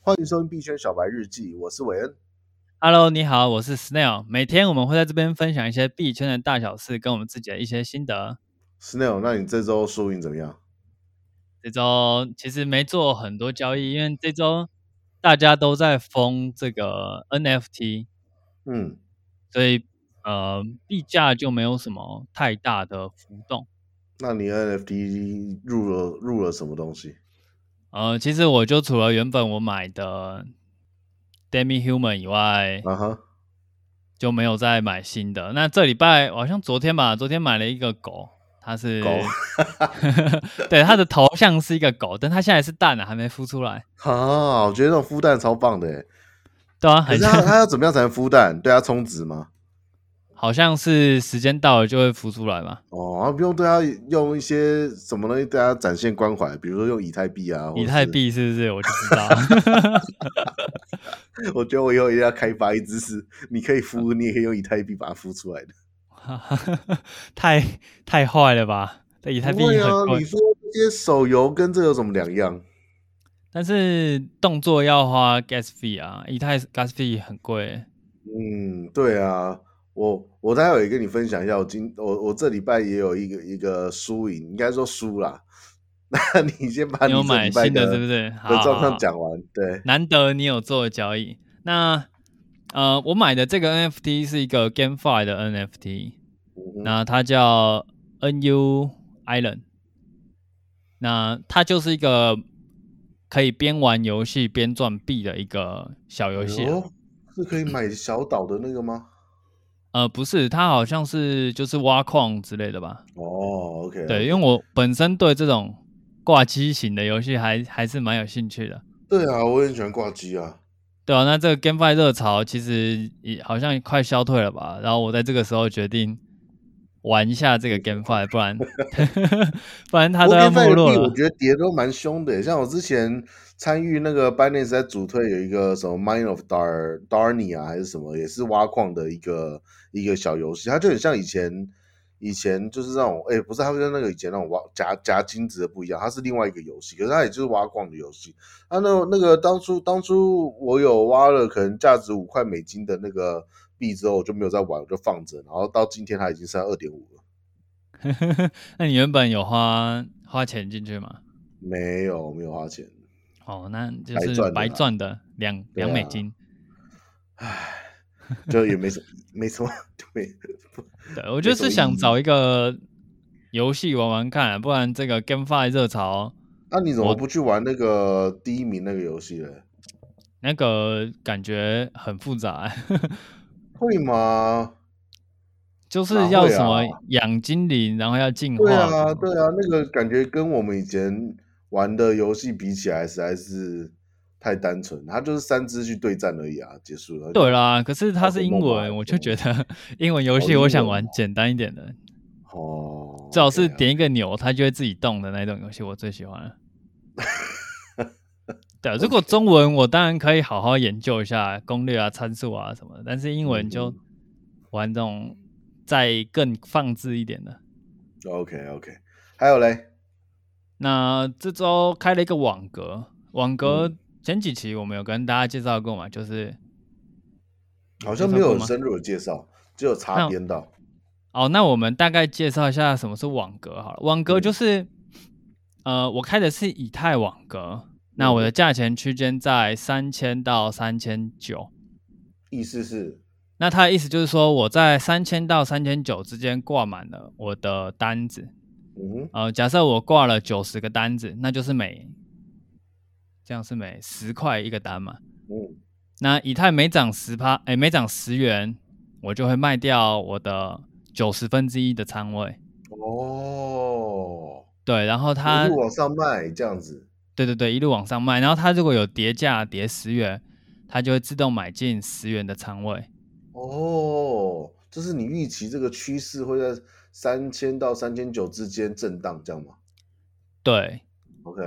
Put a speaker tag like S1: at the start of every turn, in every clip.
S1: 欢迎收听币圈小白日记，我是韦恩。
S2: Hello，你好，我是 Snail。每天我们会在这边分享一些币圈的大小事，跟我们自己的一些心得。
S1: Snail，那你这周输赢怎么样？
S2: 这周其实没做很多交易，因为这周大家都在封这个 NFT，
S1: 嗯，
S2: 所以呃，币价就没有什么太大的浮动。
S1: 那你 NFT 入了入了什么东西？
S2: 呃，其实我就除了原本我买的 Demi Human 以外，
S1: 啊哈，
S2: 就没有再买新的。那这礼拜我好像昨天吧，昨天买了一个狗，它是
S1: 狗，
S2: 对，它的头像是一个狗，但它现在是蛋了、还没孵出来。
S1: 啊，我觉得那种孵蛋超棒的欸，
S2: 对啊，
S1: 可
S2: 很
S1: 是它
S2: 像，
S1: 它要怎么样才能孵蛋？对它充值吗？
S2: 好像是时间到了就会孵出来嘛。
S1: 哦，啊不用对它用一些什么东西对它展现关怀，比如说用以太币啊，或
S2: 以太
S1: 是。
S2: 币是不是？我就知道，
S1: 我觉得我以后一定要开发一只是 你可以孵，你也可以用以太币把它孵出来的。
S2: 太太坏了吧？这以太币
S1: 不会啊
S2: 很，贵，
S1: 你说这些手游跟这有什么两样？
S2: 但是动作要花 gas fee 啊，以太 gas fee 很贵。
S1: 嗯，对啊，我我待会也跟你分享一下，我今我我这礼拜也有一个一个输赢，应该说输啦。 那你先把
S2: 你有
S1: 啊你这
S2: 买
S1: 礼拜
S2: 新
S1: 的
S2: 的是不是？好
S1: 的状
S2: 好
S1: 况
S2: 好
S1: 讲完，对，
S2: 难得你有做交易。那呃，我买的这个 NFT 是一个 GameFi 的 NFT，
S1: 嗯哼
S2: 那它叫 NU Island，那它就是一个可以边玩游戏边赚币的一个小游戏啊、
S1: 哦是可以买小岛的那个吗？
S2: 呃，不是，它好像是就是挖矿之类的吧？
S1: 哦，OK，
S2: 对，因为我本身对这种挂机型的游戏还还是蛮有兴趣的。
S1: 对啊，我也很喜欢挂机啊。
S2: 对啊，那这个 GameFi 热潮其实也好像快消退了吧？然后我在这个时候决定玩一下这个 GameFi，不然不然它
S1: 不
S2: 都
S1: 过
S2: 要
S1: GameFi
S2: 没
S1: 的
S2: 落
S1: 币我
S2: 了。
S1: 觉得跌都蛮凶的耶，欸像我之前参与那个 Binance 在主推有一个什么 Mine of Dar Darny 啊，还是什么，也是挖矿的一个一个小游戏，它就很像以前以前就是那种，哎、不是，它跟那个以前那种挖夹夹金子的不一样，它是另外一个游戏，可是它也就是挖矿的游戏。啊，那那个当初当初我有挖了可能价值五块美金的那个币之后，我就没有再玩，我就放着，然后到今天它已经剩二点五了。
S2: 那你原本有花花钱进去吗？
S1: 没有，没有花钱。
S2: 哦，那就
S1: 白赚
S2: 是
S1: 的
S2: 白
S1: 啦
S2: 赚的两
S1: 对
S2: 两美
S1: 啊
S2: 金。
S1: 唉，就也没什么，没什么， 对，
S2: 对我
S1: 没
S2: 就
S1: 什
S2: 是
S1: 么意
S2: 想
S1: 义
S2: 找一个游戏玩玩看啊、不然这个 GameFi 热潮
S1: 那、你怎么不去玩那个第一名那个游戏嘞？
S2: 那个感觉很复杂、啊
S1: 会吗？
S2: 就是
S1: 哪
S2: 要
S1: 会
S2: 什么
S1: 啊
S2: 养精灵，然后要进化
S1: 对
S2: 什么
S1: 啊，
S2: 的。
S1: 对啊，那个感觉跟我们以前玩的游戏比起来，实在是太单纯。它就是三只去对战而已啊，结束了。
S2: 对啦，可是
S1: 宝
S2: 它
S1: 可
S2: 是英
S1: 梦嘛
S2: 文，我就觉得 英文
S1: 哦
S2: 游戏
S1: 英
S2: 我想
S1: 文
S2: 玩
S1: 哦
S2: 简单一点的，
S1: 哦，
S2: 最好是
S1: OK 啊
S2: 点一个钮它就会自己动的那种游戏，我最喜欢 了。对，啊如果中文我当然可以好好研究一下攻略啊、参数啊什么的，但是英文就
S1: 嗯
S2: 玩这种再更放置一点的。
S1: OK OK，还有嘞，
S2: 那这周开了一个网格，网
S1: 嗯
S2: 格前几期我们有跟大家介绍过嘛，就是
S1: 好像
S2: 介
S1: 没
S2: 绍
S1: 有
S2: 过
S1: 很
S2: 吗
S1: 深入的介绍，只有擦
S2: 那
S1: 边到。
S2: 哦，那我们大概介绍一下什么是网格好了。网格就是，呃，我开的是以太网格，那我的价钱区间在三千到三千九。
S1: 意思是，
S2: 那它的意思就是说，我在三千到三千九之间挂满了我的单子。
S1: 嗯哼，
S2: 呃，假设我挂了九十个单子，那就是每这样是每十块一个单嘛。
S1: 嗯，
S2: 那以太每涨十趴，哎、每涨十元，我就会卖掉我的九十分之一的仓位。
S1: 哦。
S2: 对，然后它
S1: 一路往上卖这样子。
S2: 对对对，一路往上卖。然后它如果有叠价叠十元，它就会自动买进十元的仓位。
S1: 哦，就是你预期这个趋势会在三千到三千九之间震荡，这样吗
S2: 对，
S1: ？OK，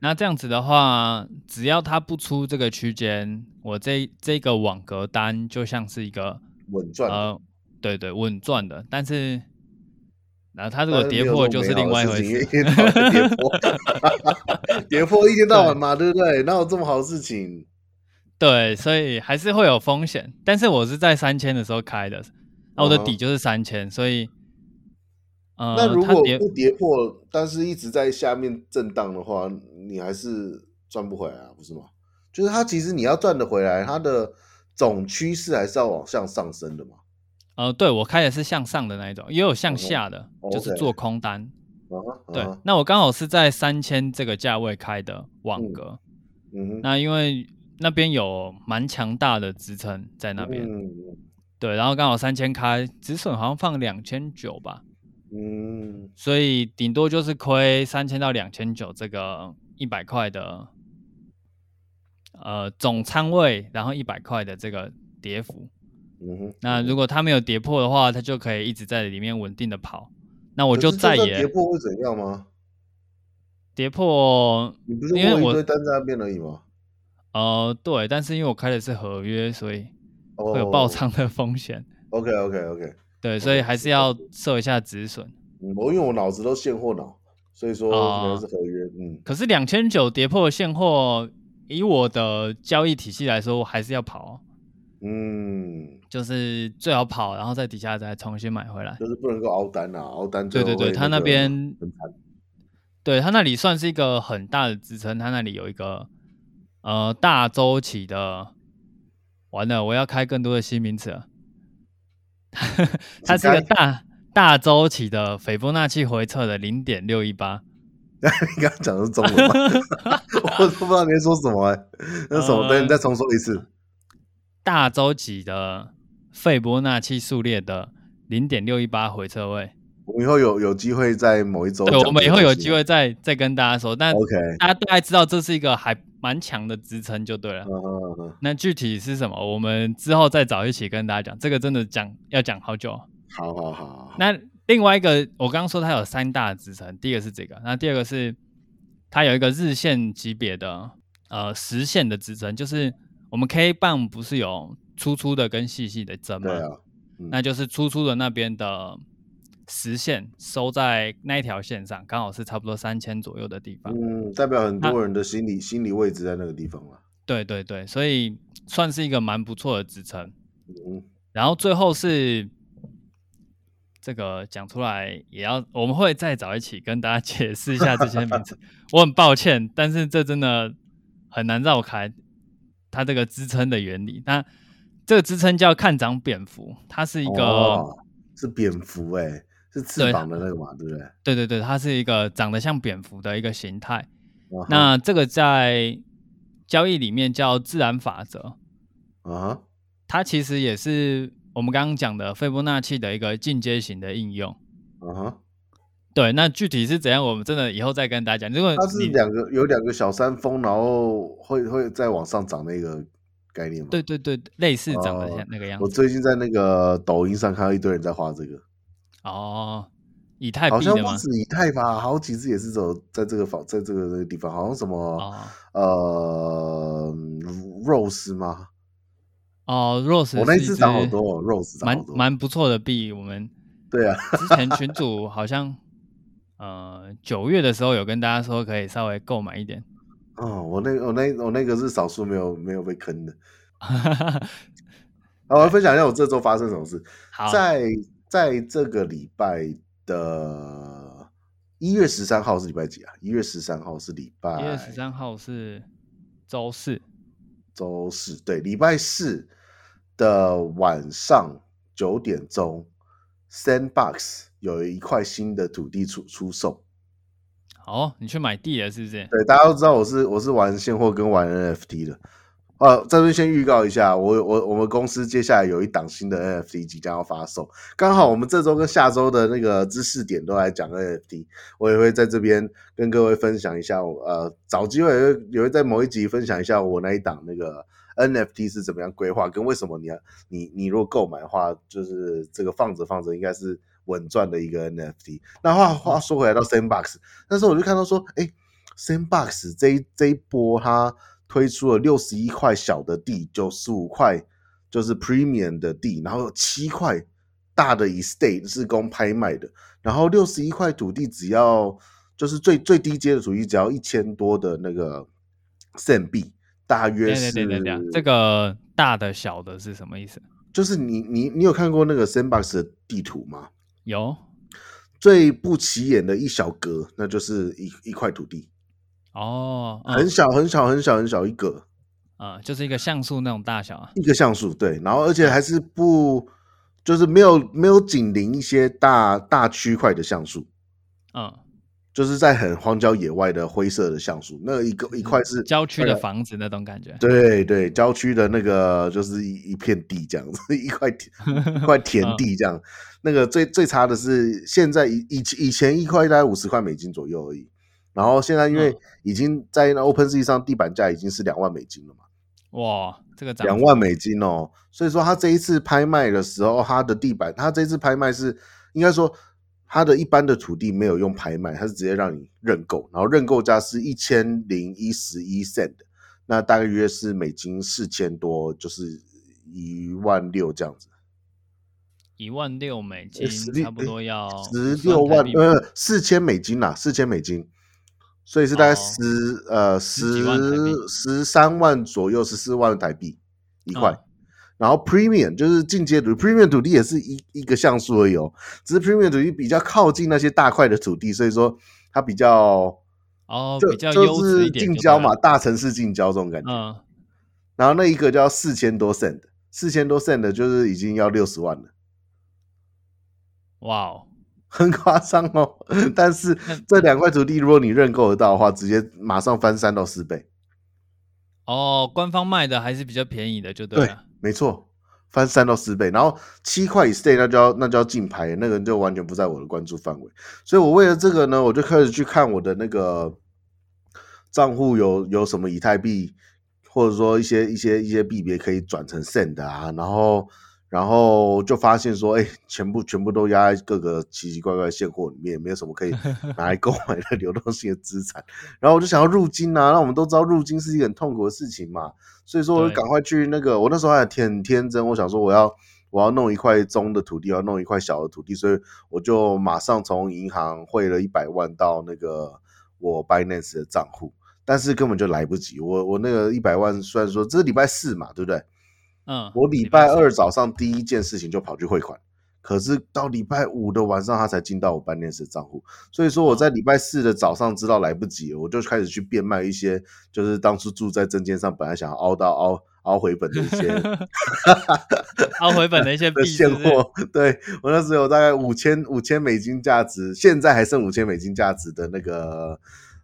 S2: 那这样子的话，只要它不出这个区间，我这这个网格单就像是一个
S1: 稳赚的。
S2: 呃，对对稳赚的。但是，然后它如
S1: 但
S2: 果
S1: 是
S2: 跌
S1: 没有
S2: 破，
S1: 这
S2: 就
S1: 么
S2: 是
S1: 美
S2: 另
S1: 好
S2: 外一
S1: 的
S2: 回
S1: 事情
S2: 事。
S1: 因为一 天到晚在跌破，跌破一天到晚嘛，对不对？哪有这么好的事情？
S2: 对，所以还是会有风险。但是我是在三千的时候开的，那我的
S1: 嗯
S2: 底
S1: 哼
S2: 就是三千，所以呃，
S1: 那如
S2: 它
S1: 果
S2: 跌
S1: 不跌破，但是一直在下面震荡的话，你还是赚不回来啊，不是吗？就是它其实你要赚得回来，它的总趋势还是要往向上升的嘛。
S2: 呃，对我开的是向上的那一种，也有向
S1: 哦
S2: 下的，就是
S1: ，OK
S2: 做空单。
S1: 啊哈，
S2: 对
S1: 啊哈，
S2: 那我刚好是在三千这个价位开的网格，
S1: 嗯哼，
S2: 那因为那边有蛮强大的支撑在那边，
S1: 嗯
S2: 对，然后刚好三千开，止损好像放两千九吧，
S1: 嗯，
S2: 所以顶多就是亏三千到两千九这个一百块的，呃，总仓位，然后一百块的这个跌幅。
S1: 嗯哼，
S2: 那如
S1: 果
S2: 果它没有跌破的话，它就可以一直在里面稳定的跑。那我就再也
S1: 跌破会怎样吗？
S2: 跌破，
S1: 你不是
S2: 因为
S1: 握一
S2: 我
S1: 堆单在那边而已吗？
S2: 呃，对，但是因为我开的是合约，所以
S1: 哦，哦
S2: 会有爆仓的风险。
S1: OK OK OK，
S2: 对，所以还是要设一下止损。
S1: 嗯，我因为我脑子都现货脑，所以说可
S2: 哦
S1: 能是合约，嗯，
S2: 可是两千九跌破现货，以我的交易体系来说，我还是要跑哦，
S1: 嗯，
S2: 就是最好跑，然后在底下再重新买回来。
S1: 就是不能够熬单啊，熬单最
S2: 对
S1: 后
S2: 对对，
S1: 会
S2: 他那
S1: 个
S2: 边
S1: 很惨，
S2: 对他那里算是一个很大的支撑，他那里有一个呃大周期的。完了，我要开更多的新名词了。 它是一个
S1: 请
S2: 大大周期的斐波那契回撤的零点六一八，
S1: 你刚刚讲的是中文吗？ 我都不知道你在说什么、欸，那什么？
S2: 呃
S1: 等你再重说一次。
S2: 大周期的斐波那契数列的零点六一八回撤位。
S1: 我们以后有有机会在某一周，
S2: 对，我们以后有机。会再再跟大家说，但
S1: OK，
S2: 大家大概知道这是一个还蛮强的支撑就对了。
S1: 嗯，
S2: 那具体是什么，我们之后再找一起跟大家讲。这个真的讲要讲好久。哦
S1: 好好好。
S2: 那另外一个，我刚刚说它有三大支撑，第一个是这个，那第二个是它有一个日线级别的呃实线的支撑，就是我们 K 棒不是有粗粗的跟细细的针吗？
S1: 对啊，嗯
S2: 那就是粗粗的那边的实线收在那一条线上，刚好是差不多三千左右的地方。
S1: 嗯，代表很多人的心理心理位置在那个地方了。
S2: 对对对，所以算是一个蛮不错的支撑。
S1: 嗯
S2: 然后最后是这个讲出来也要，我们会再找一起跟大家 解释一下这些名 词。我很抱歉，但是这真的很难绕开它这个支撑的原理。那这个支撑叫看涨蝙蝠，它是一个、
S1: 哦是蝙蝠哎、是
S2: 对
S1: 翅膀的那个嘛，对嗯不对？
S2: 对对对，它是一个长得像蝙蝠的一个形态。
S1: 啊哈
S2: 那这个在交易里面叫自然法则，
S1: 啊哈，
S2: 它其实也是我们刚刚讲的斐波那契的一个进阶型的应用。
S1: 啊哈，
S2: 对，那具体是怎样，我们真的以后再跟大家讲。如果
S1: 它是
S2: 你
S1: 两个有两个小山峰，然后会会再往上涨那个概念吗？
S2: 对对对，类似长得
S1: 哦
S2: 像那个样
S1: 我
S2: 子
S1: 最近在那个抖音上看到一堆人在画这个，
S2: 哦，以太
S1: 好
S2: 币
S1: 像
S2: 的
S1: 不
S2: 吗？
S1: 止以太吧，好几只也是走在这个房，在这个那个地方，好像什么、
S2: 哦
S1: 呃，Rose 吗？
S2: 哦，Rose
S1: 我那一
S2: 是一
S1: 只
S2: 只
S1: 涨好多哦，Rose 涨
S2: 蛮
S1: 好多，
S2: 蛮不错的币。我们
S1: 对啊，
S2: 之前群主好像呃九月的时候有跟大家说可以稍微购买一点，
S1: 哦，我那我那我那个是少数没有没有被坑的。
S2: 好
S1: 好，我来分享一下我这周发生什么事，在在这个礼拜的一月十三号是礼拜几啊？一月十三号是礼拜
S2: 一月十三号是周四，
S1: 周四，对，礼拜四的晚上九点钟，Sandbox 有一块新的土地出出售。
S2: 哦，你去买地了是不是？
S1: 对，大家都知道我是我是玩现货跟玩 NFT 的。呃，这边先预告一下，我我我们公司接下来有一档新的 NFT 即将要发售，刚好我们这周跟下周的那个知识点都来讲 NFT，我也会在这边跟各位分享一下我，呃，找机会也会也会在某一集分享一下我那一档那个 NFT 是怎么样规划，跟为什么你要你你如果购买的话，就是这个放着放着应该是稳赚的一个 NFT。那话话说回来到 Sandbox，那时候我就看到说，哎、s a n d b o x 这一这一波它推出了六十一块小的地，九十五块就是 Premium 的地，然后有七块大的 Estate 是供拍卖的，然后六十一块土地只要就是最最低阶的土地只要一千多的那个 Sand 币，大约
S2: 对
S1: 是
S2: 对对对对，这个大的小的是什么意思？
S1: 就是你你你有看过那个 Sandbox 的地图吗？
S2: 有
S1: 最不起眼的一小格，那就是一一块土地，
S2: 哦，嗯
S1: 很小很小很小很小一格，
S2: 嗯，就是一个像素那种大小啊。
S1: 一个像素，对，然后而且还是不，就是没有没有紧邻一些大大区块的像素，
S2: 嗯，
S1: 就是在很荒郊野外的灰色的像素，那一个一块是，
S2: 嗯郊区
S1: 大
S2: 的
S1: 概
S2: 房子那种感觉。
S1: 对对，郊区的那个就是一一片地这样子， 一块田一块田
S2: 嗯
S1: 地这样，那个最最差的是现在以以以前一块大概五十块美金左右而已，然后现在因为
S2: 嗯
S1: 已经在那 OpenSea 上地板价已经是两万美金了嘛。
S2: 哇，这个涨
S1: 两
S2: 幅
S1: 万美金哦。所以说他这一次拍卖的时候，他的地板，他这次拍卖是应该说他的一般的土地没有用拍卖，他是直接让你认购，然后认购价是一千零一十一 cent，那大约是美金四千多，就是一万六这样子，
S2: 一万六美金，
S1: 实力
S2: 差不多要
S1: 呃十六
S2: 哦算台
S1: 万
S2: 币吧
S1: 呃四千美金啦，四千美金。所以是大概
S2: 哦
S1: 十、呃
S2: 十
S1: 十
S2: 几万台币
S1: 十三万左右，十四万台币一块。
S2: 嗯
S1: 然后 premium 就是进阶土地，premium 土地也是一一个像素而已哦，只是 premium 土地比较靠近那些大块的土地，所以说它比较
S2: 哦，
S1: 就
S2: 比较优
S1: 就
S2: 质一
S1: 是
S2: 点，
S1: 近郊嘛，。大城市近郊这种感觉。
S2: 嗯，
S1: 然后那一个就要四千多 cent，四千多 cent 的就是已经要六十万了，
S2: 哇哦，
S1: 很夸张哦。但是
S2: 那
S1: 这两块土地如果你认购得到的话，直接马上翻三到四倍，
S2: 哦，官方卖的还是比较便宜的，就对了。
S1: 没错。翻三到四倍，然后七块以 stay 那就要那就要竞拍，那个就完全不在我的关注范围。所以我为了这个呢，我就开始去看我的那个账户有有什么以太币，或者说一些一些一些币别可以转成 send 啊，然后然后就发现说，哎、全部全部都压在各个奇奇怪怪的现货里面，没有什么可以拿来购买的流动性的资产。然后我就想要入金啊，那我们都知道入金是一个很痛苦的事情嘛，所以说我就
S2: 对
S1: 赶快去那个，我那时候还很天真，我想说我要。我要弄一块中的土地，我要弄一块小的土地，所以我就马上从银行汇了一百万到那个我 Binance 的账户，但是根本就来不及。我我那个一百万，虽然说这是礼拜四嘛，对不对？
S2: 嗯，
S1: 我礼拜
S2: 四
S1: 二早上第一件事情就跑去汇款，可是到礼拜五的晚上，他才进到我 Binance 的账户。所以说我在礼拜四的早上知道来不及了，我就开始去变卖一些，就是当初住在证件上本来想要凹到凹凹回本的一些
S2: 凹回本的一些币
S1: 的
S2: 是
S1: 现
S2: 不是
S1: 货，对我那时候有大概五千五千美金价值，现在还剩五千美金价值的那个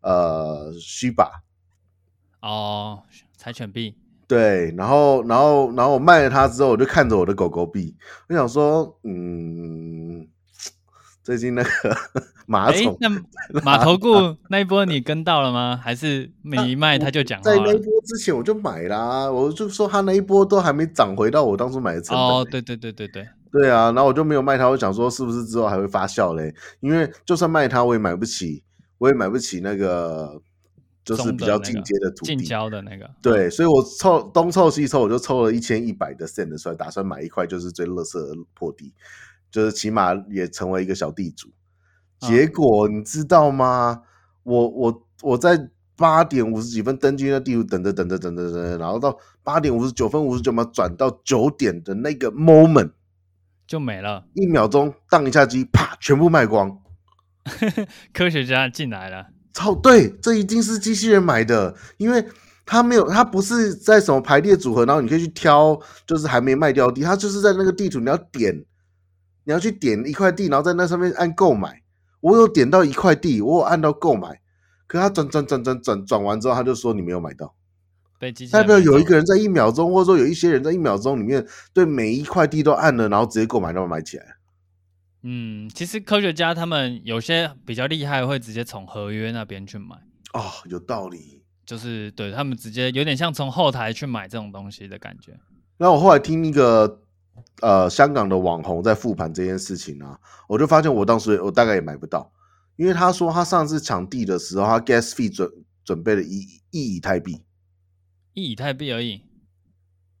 S1: 呃虚吧，
S2: 哦，柴犬币
S1: 对，然后然后然后我卖了它之后，我就看着我的狗狗币，我想说，嗯，最近那个 马
S2: 哎
S1: 总，
S2: 那 码头顾那一波你跟到了吗？还是你一卖他就讲话
S1: 在那一
S2: 了？
S1: 波之前我就买啦，我就说它那一波都还没涨回到我当初买的成本、
S2: 哦，对对对对对，
S1: 对啊，然后我就没有卖它，我想说是不是之后还会发酵嘞？因为就算卖它，我也买不起，我也买不起那个就是
S2: 中
S1: 比
S2: 的
S1: 较
S2: 那
S1: 进
S2: 个
S1: 阶的土
S2: 近
S1: 地。
S2: 郊的那个，
S1: 对，所以我凑东凑西凑，我就凑了一千一百的 cent 出来，打算买一块就是最垃圾的破地，就是起码也成为一个小地主。
S2: 嗯
S1: 结果你知道吗？我我我在八点五十几分登记那地图，等着等着等着等着，然后到八点五十九分五十九秒转到九点的那个 moment，
S2: 就没了。
S1: 一秒钟当一下机，啪，全部卖光。
S2: 科学家进来了，
S1: 超对，这一定是机器人买的，因为它没有，它不是在什么排列组合，然后你可以去挑，就是还没卖掉的地，它就是在那个地图，你要点，你要去点一块地，然后在那上面按购买。我有点到一块地，我有按到购买，可它转转转转转转完之后，他就说你没有买到，
S2: 被机器
S1: 代
S2: 人
S1: 表有一
S2: 买走
S1: 个人在一秒钟，或者说有一些人在一秒钟里面对每一块地都按了，然后直接购买，然后买起来。
S2: 嗯，其实科学家他们有些比较厉害，会直接从合约那边去买，
S1: 哦，有道理。
S2: 就是对他们直接有点像从后台去买这种东西的感觉。
S1: 那我后来听一个呃香港的网红在复盘这件事情啊，我就发现我当时我大概也买不到，因为他说他上次抢地的时候，他 gas fee 准准备了一一以太币
S2: 一以太币而已。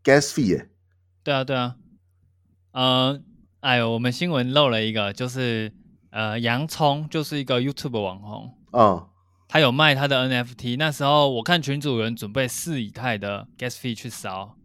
S1: gas fee 耶、
S2: 对啊，对啊。呃，哎呦，我们新闻漏了一个，就是呃，洋葱就是一个 YouTube 网红，
S1: 嗯，
S2: 他有卖他的 NFT，那时候我看群主有人准备四以太的 gas fee 去烧，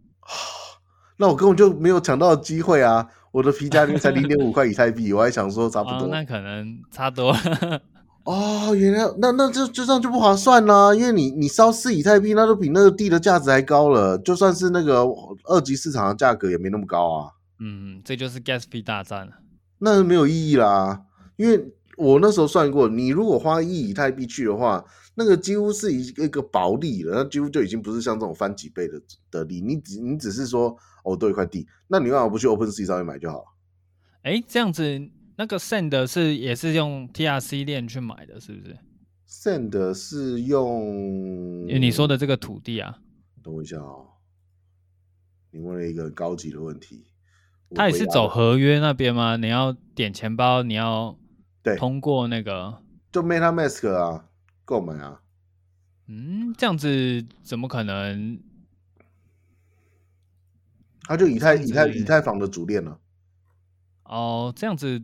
S1: 那我根本就没有抢到机会啊！我的皮夹里才零点五块以太币，我还想说差不
S2: 啊
S1: 多。，
S2: 那可能差多了。
S1: 哦，原来那那就就这样就不划算啦、因为你你烧四以太币，那就比那个地的价值还高了，就算是那个二级市场的价格也没那么高啊，
S2: 嗯，这就是 gas fee 大战了。
S1: 那就没有意义啦。因为我那时候算过，你如果花一以太币去的话，那个几乎是一个一个薄利了，那几乎就已经不是像这种翻几倍的的利，你只你只是说哦多一块地，那你为什么不去 OpenSea 上面买就好了？
S2: 哎，这样子那个 send 是也是用 TRC 链去买的，是不是？
S1: Send 是用
S2: 你说的这个土地啊，
S1: 等我一下哦，你问了一个很高级的问题。我
S2: 它也
S1: 回
S2: 是
S1: 答
S2: 走
S1: 了
S2: 合约那边吗？你要点钱包，你要
S1: 对
S2: 通过那个，
S1: 就 MetaMask 啊，购买啊，
S2: 嗯，这样子怎么可能？
S1: 它就以太以太
S2: 这样子
S1: 以太坊的主链了、
S2: 哦，这样子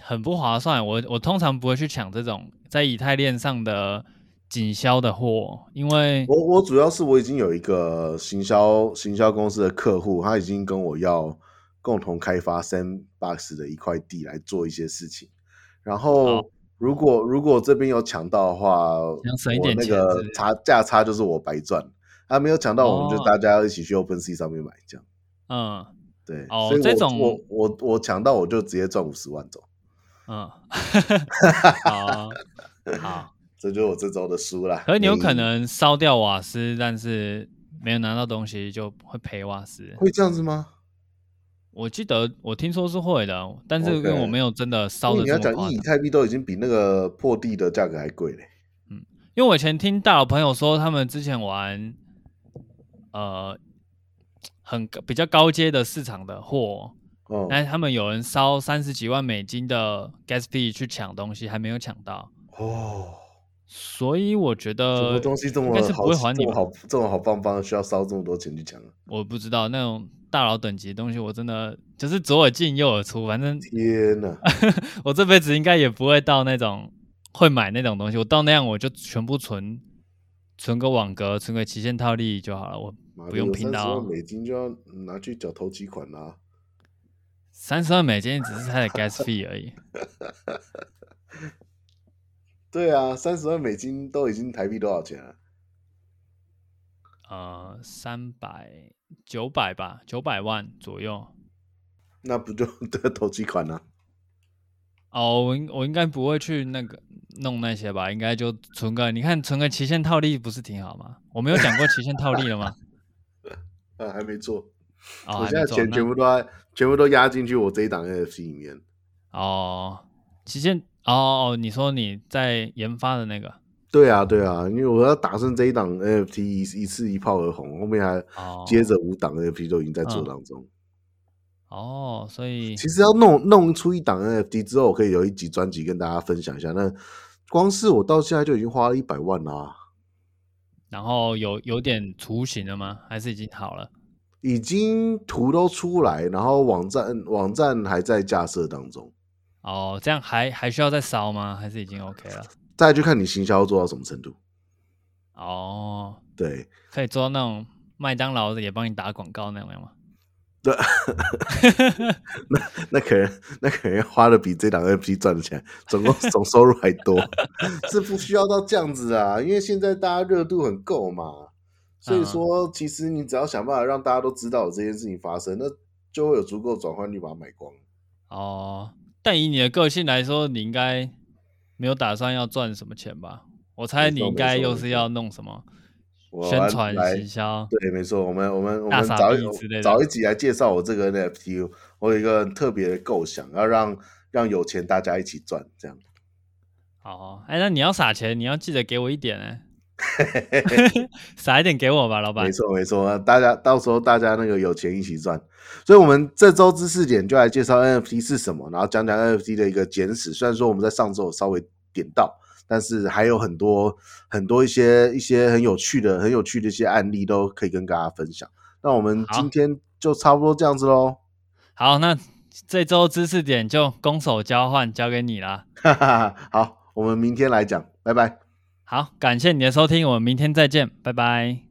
S2: 很不划算。我我通常不会去抢这种在以太链上的紧销的货，因为
S1: 我我主要是我已经有一个行销行销公司的客户，他已经跟我要共同开发 Sandbox 的一块地来做一些事情。然后
S2: 好
S1: 如果如果这边有抢到的话，
S2: 想省一
S1: 我
S2: 点
S1: 那
S2: 钱
S1: 个
S2: 是不是
S1: 差价差就是我白赚。他、没有抢到，我们就
S2: 哦
S1: 大家一起去 OpenSea 上面买这样。
S2: 嗯
S1: 对，
S2: 哦
S1: 所以
S2: 这
S1: 我
S2: 种
S1: 我我我抢到我就直接赚五十万走，
S2: 嗯， 好好，
S1: 这就是我这周的输啦。
S2: 可是你有
S1: 没
S2: 可
S1: 意义
S2: 能烧掉瓦斯，但是没有拿到东西就会赔瓦斯。
S1: 会这样子吗？
S2: 我记得我听说是会的，哦但是因为
S1: OK
S2: 我没有真的烧
S1: 因为
S2: 的
S1: 你要
S2: 这
S1: 讲
S2: 么夸
S1: 一以
S2: 张。
S1: 太币都已经比那个破地的价格还贵嘞。
S2: 因为我以前听大佬朋友说，他们之前玩呃很高比较高阶的市场的货，
S1: 哦、
S2: 但是他们有人烧三十几万美金的 gas fee 去抢东西，还没有抢到，
S1: 哦，
S2: 所以我觉
S1: 什
S2: 得
S1: 么东西这
S2: 应
S1: 么
S2: 该呃是
S1: 好
S2: 不会还
S1: 这
S2: 你
S1: 么
S2: 吧？
S1: 好这么好棒棒，需要烧这么多钱去抢啊？
S2: 我不知道那种大佬等级的东西，我真的就是左耳进右耳出，反正
S1: 天哪！
S2: 我这辈子应该也不会到那种会买那种东西，我到那样我就全部存存个网格，存个期限套利就好了，我
S1: 妈
S2: 不
S1: 的
S2: 用
S1: 有
S2: 拼啊
S1: 三十
S2: 到
S1: 万美金就要拿去缴头期款啊啦、
S2: 三十万美金只是它的 gas fee 而已。
S1: 对啊，三十万美金都已经台币多少钱啊？
S2: 呃，三百九百吧，九百万左右。
S1: 那不就 这头期款啊啦、
S2: 哦，我应我应该不会去那个弄那些吧，应该就存个，你看存个期限套利不是挺好吗？我没有讲过期限套利了 吗？
S1: 啊？还没做，
S2: 哦，
S1: 我
S2: 还
S1: 现在
S2: 没做
S1: 钱
S2: 那
S1: 全部都在全部都压进去我这一档 NFT 里面。
S2: 哦，期限哦哦，你说你在研发的那个
S1: 对啊，对啊，因为我要打算这一档 NFT 一一次一炮而红，后面还
S2: 哦，
S1: 接着五档 NFT 都已经在做
S2: 嗯
S1: 当中。
S2: 哦，所以
S1: 其实要弄弄出一档 NFT 之后，我可以有一集专辑跟大家分享一下。那光是我到现在就已经花了一啊百万啦，
S2: 然后有有点雏形了吗？还是已经好了？
S1: 已经图都出来，然后网站网站还在架设当中。
S2: 哦，这样还还需要再烧吗？还是已经 OK 了？
S1: 再就看你行销做到什么程度。
S2: 哦，
S1: 对，
S2: 可以做到那种麦当劳的也帮你打广告那样吗？
S1: 那可能 那可能花的比这档 NFT 赚的钱总共 总收入还多， 是不需要到这样子啊，因为现在大家热度很够嘛，所以
S2: 嗯
S1: 说其实你只要想办法让大家都知道有这件事情发生，那就会有足够转换率把它买光。
S2: 哦，但以你的个性来说，你应该没有打算要赚什么钱吧？我猜
S1: 没
S2: 你
S1: 错
S2: 应
S1: 没
S2: 该
S1: 错
S2: 又
S1: 没
S2: 是
S1: 错
S2: 要弄什么
S1: 我
S2: 宣
S1: 要
S2: 传
S1: 来
S2: 行销，
S1: 对，没错，我们我们我
S2: 大
S1: 们
S2: 傻
S1: 早
S2: 逼之类
S1: 一
S2: 的
S1: 早一集来介绍我这个 NFT，我有一个特别的构想，要让让有钱大家一起赚，这样。
S2: 哦，哎，那你要撒钱，你要记得给我一点 哎、撒一点给我吧，老板
S1: 没。错，没错，大家到时候大家那个有钱一起赚。所以，我们这周知识点就来介绍 NFT 是什么，然后讲讲 NFT 的一个简史。虽然说我们在上周有稍微点到，但是还有很多很多一些一些很有趣的、很有趣的一些案例都可以跟大家分享。那我们
S2: 好
S1: 今天就差不多这样子喽，
S2: 好，那这周知识点就攻守交换交给你啦。
S1: 哈哈哈。好，我们明天来讲，拜拜。
S2: 好，感谢你的收听，我们明天再见，拜拜。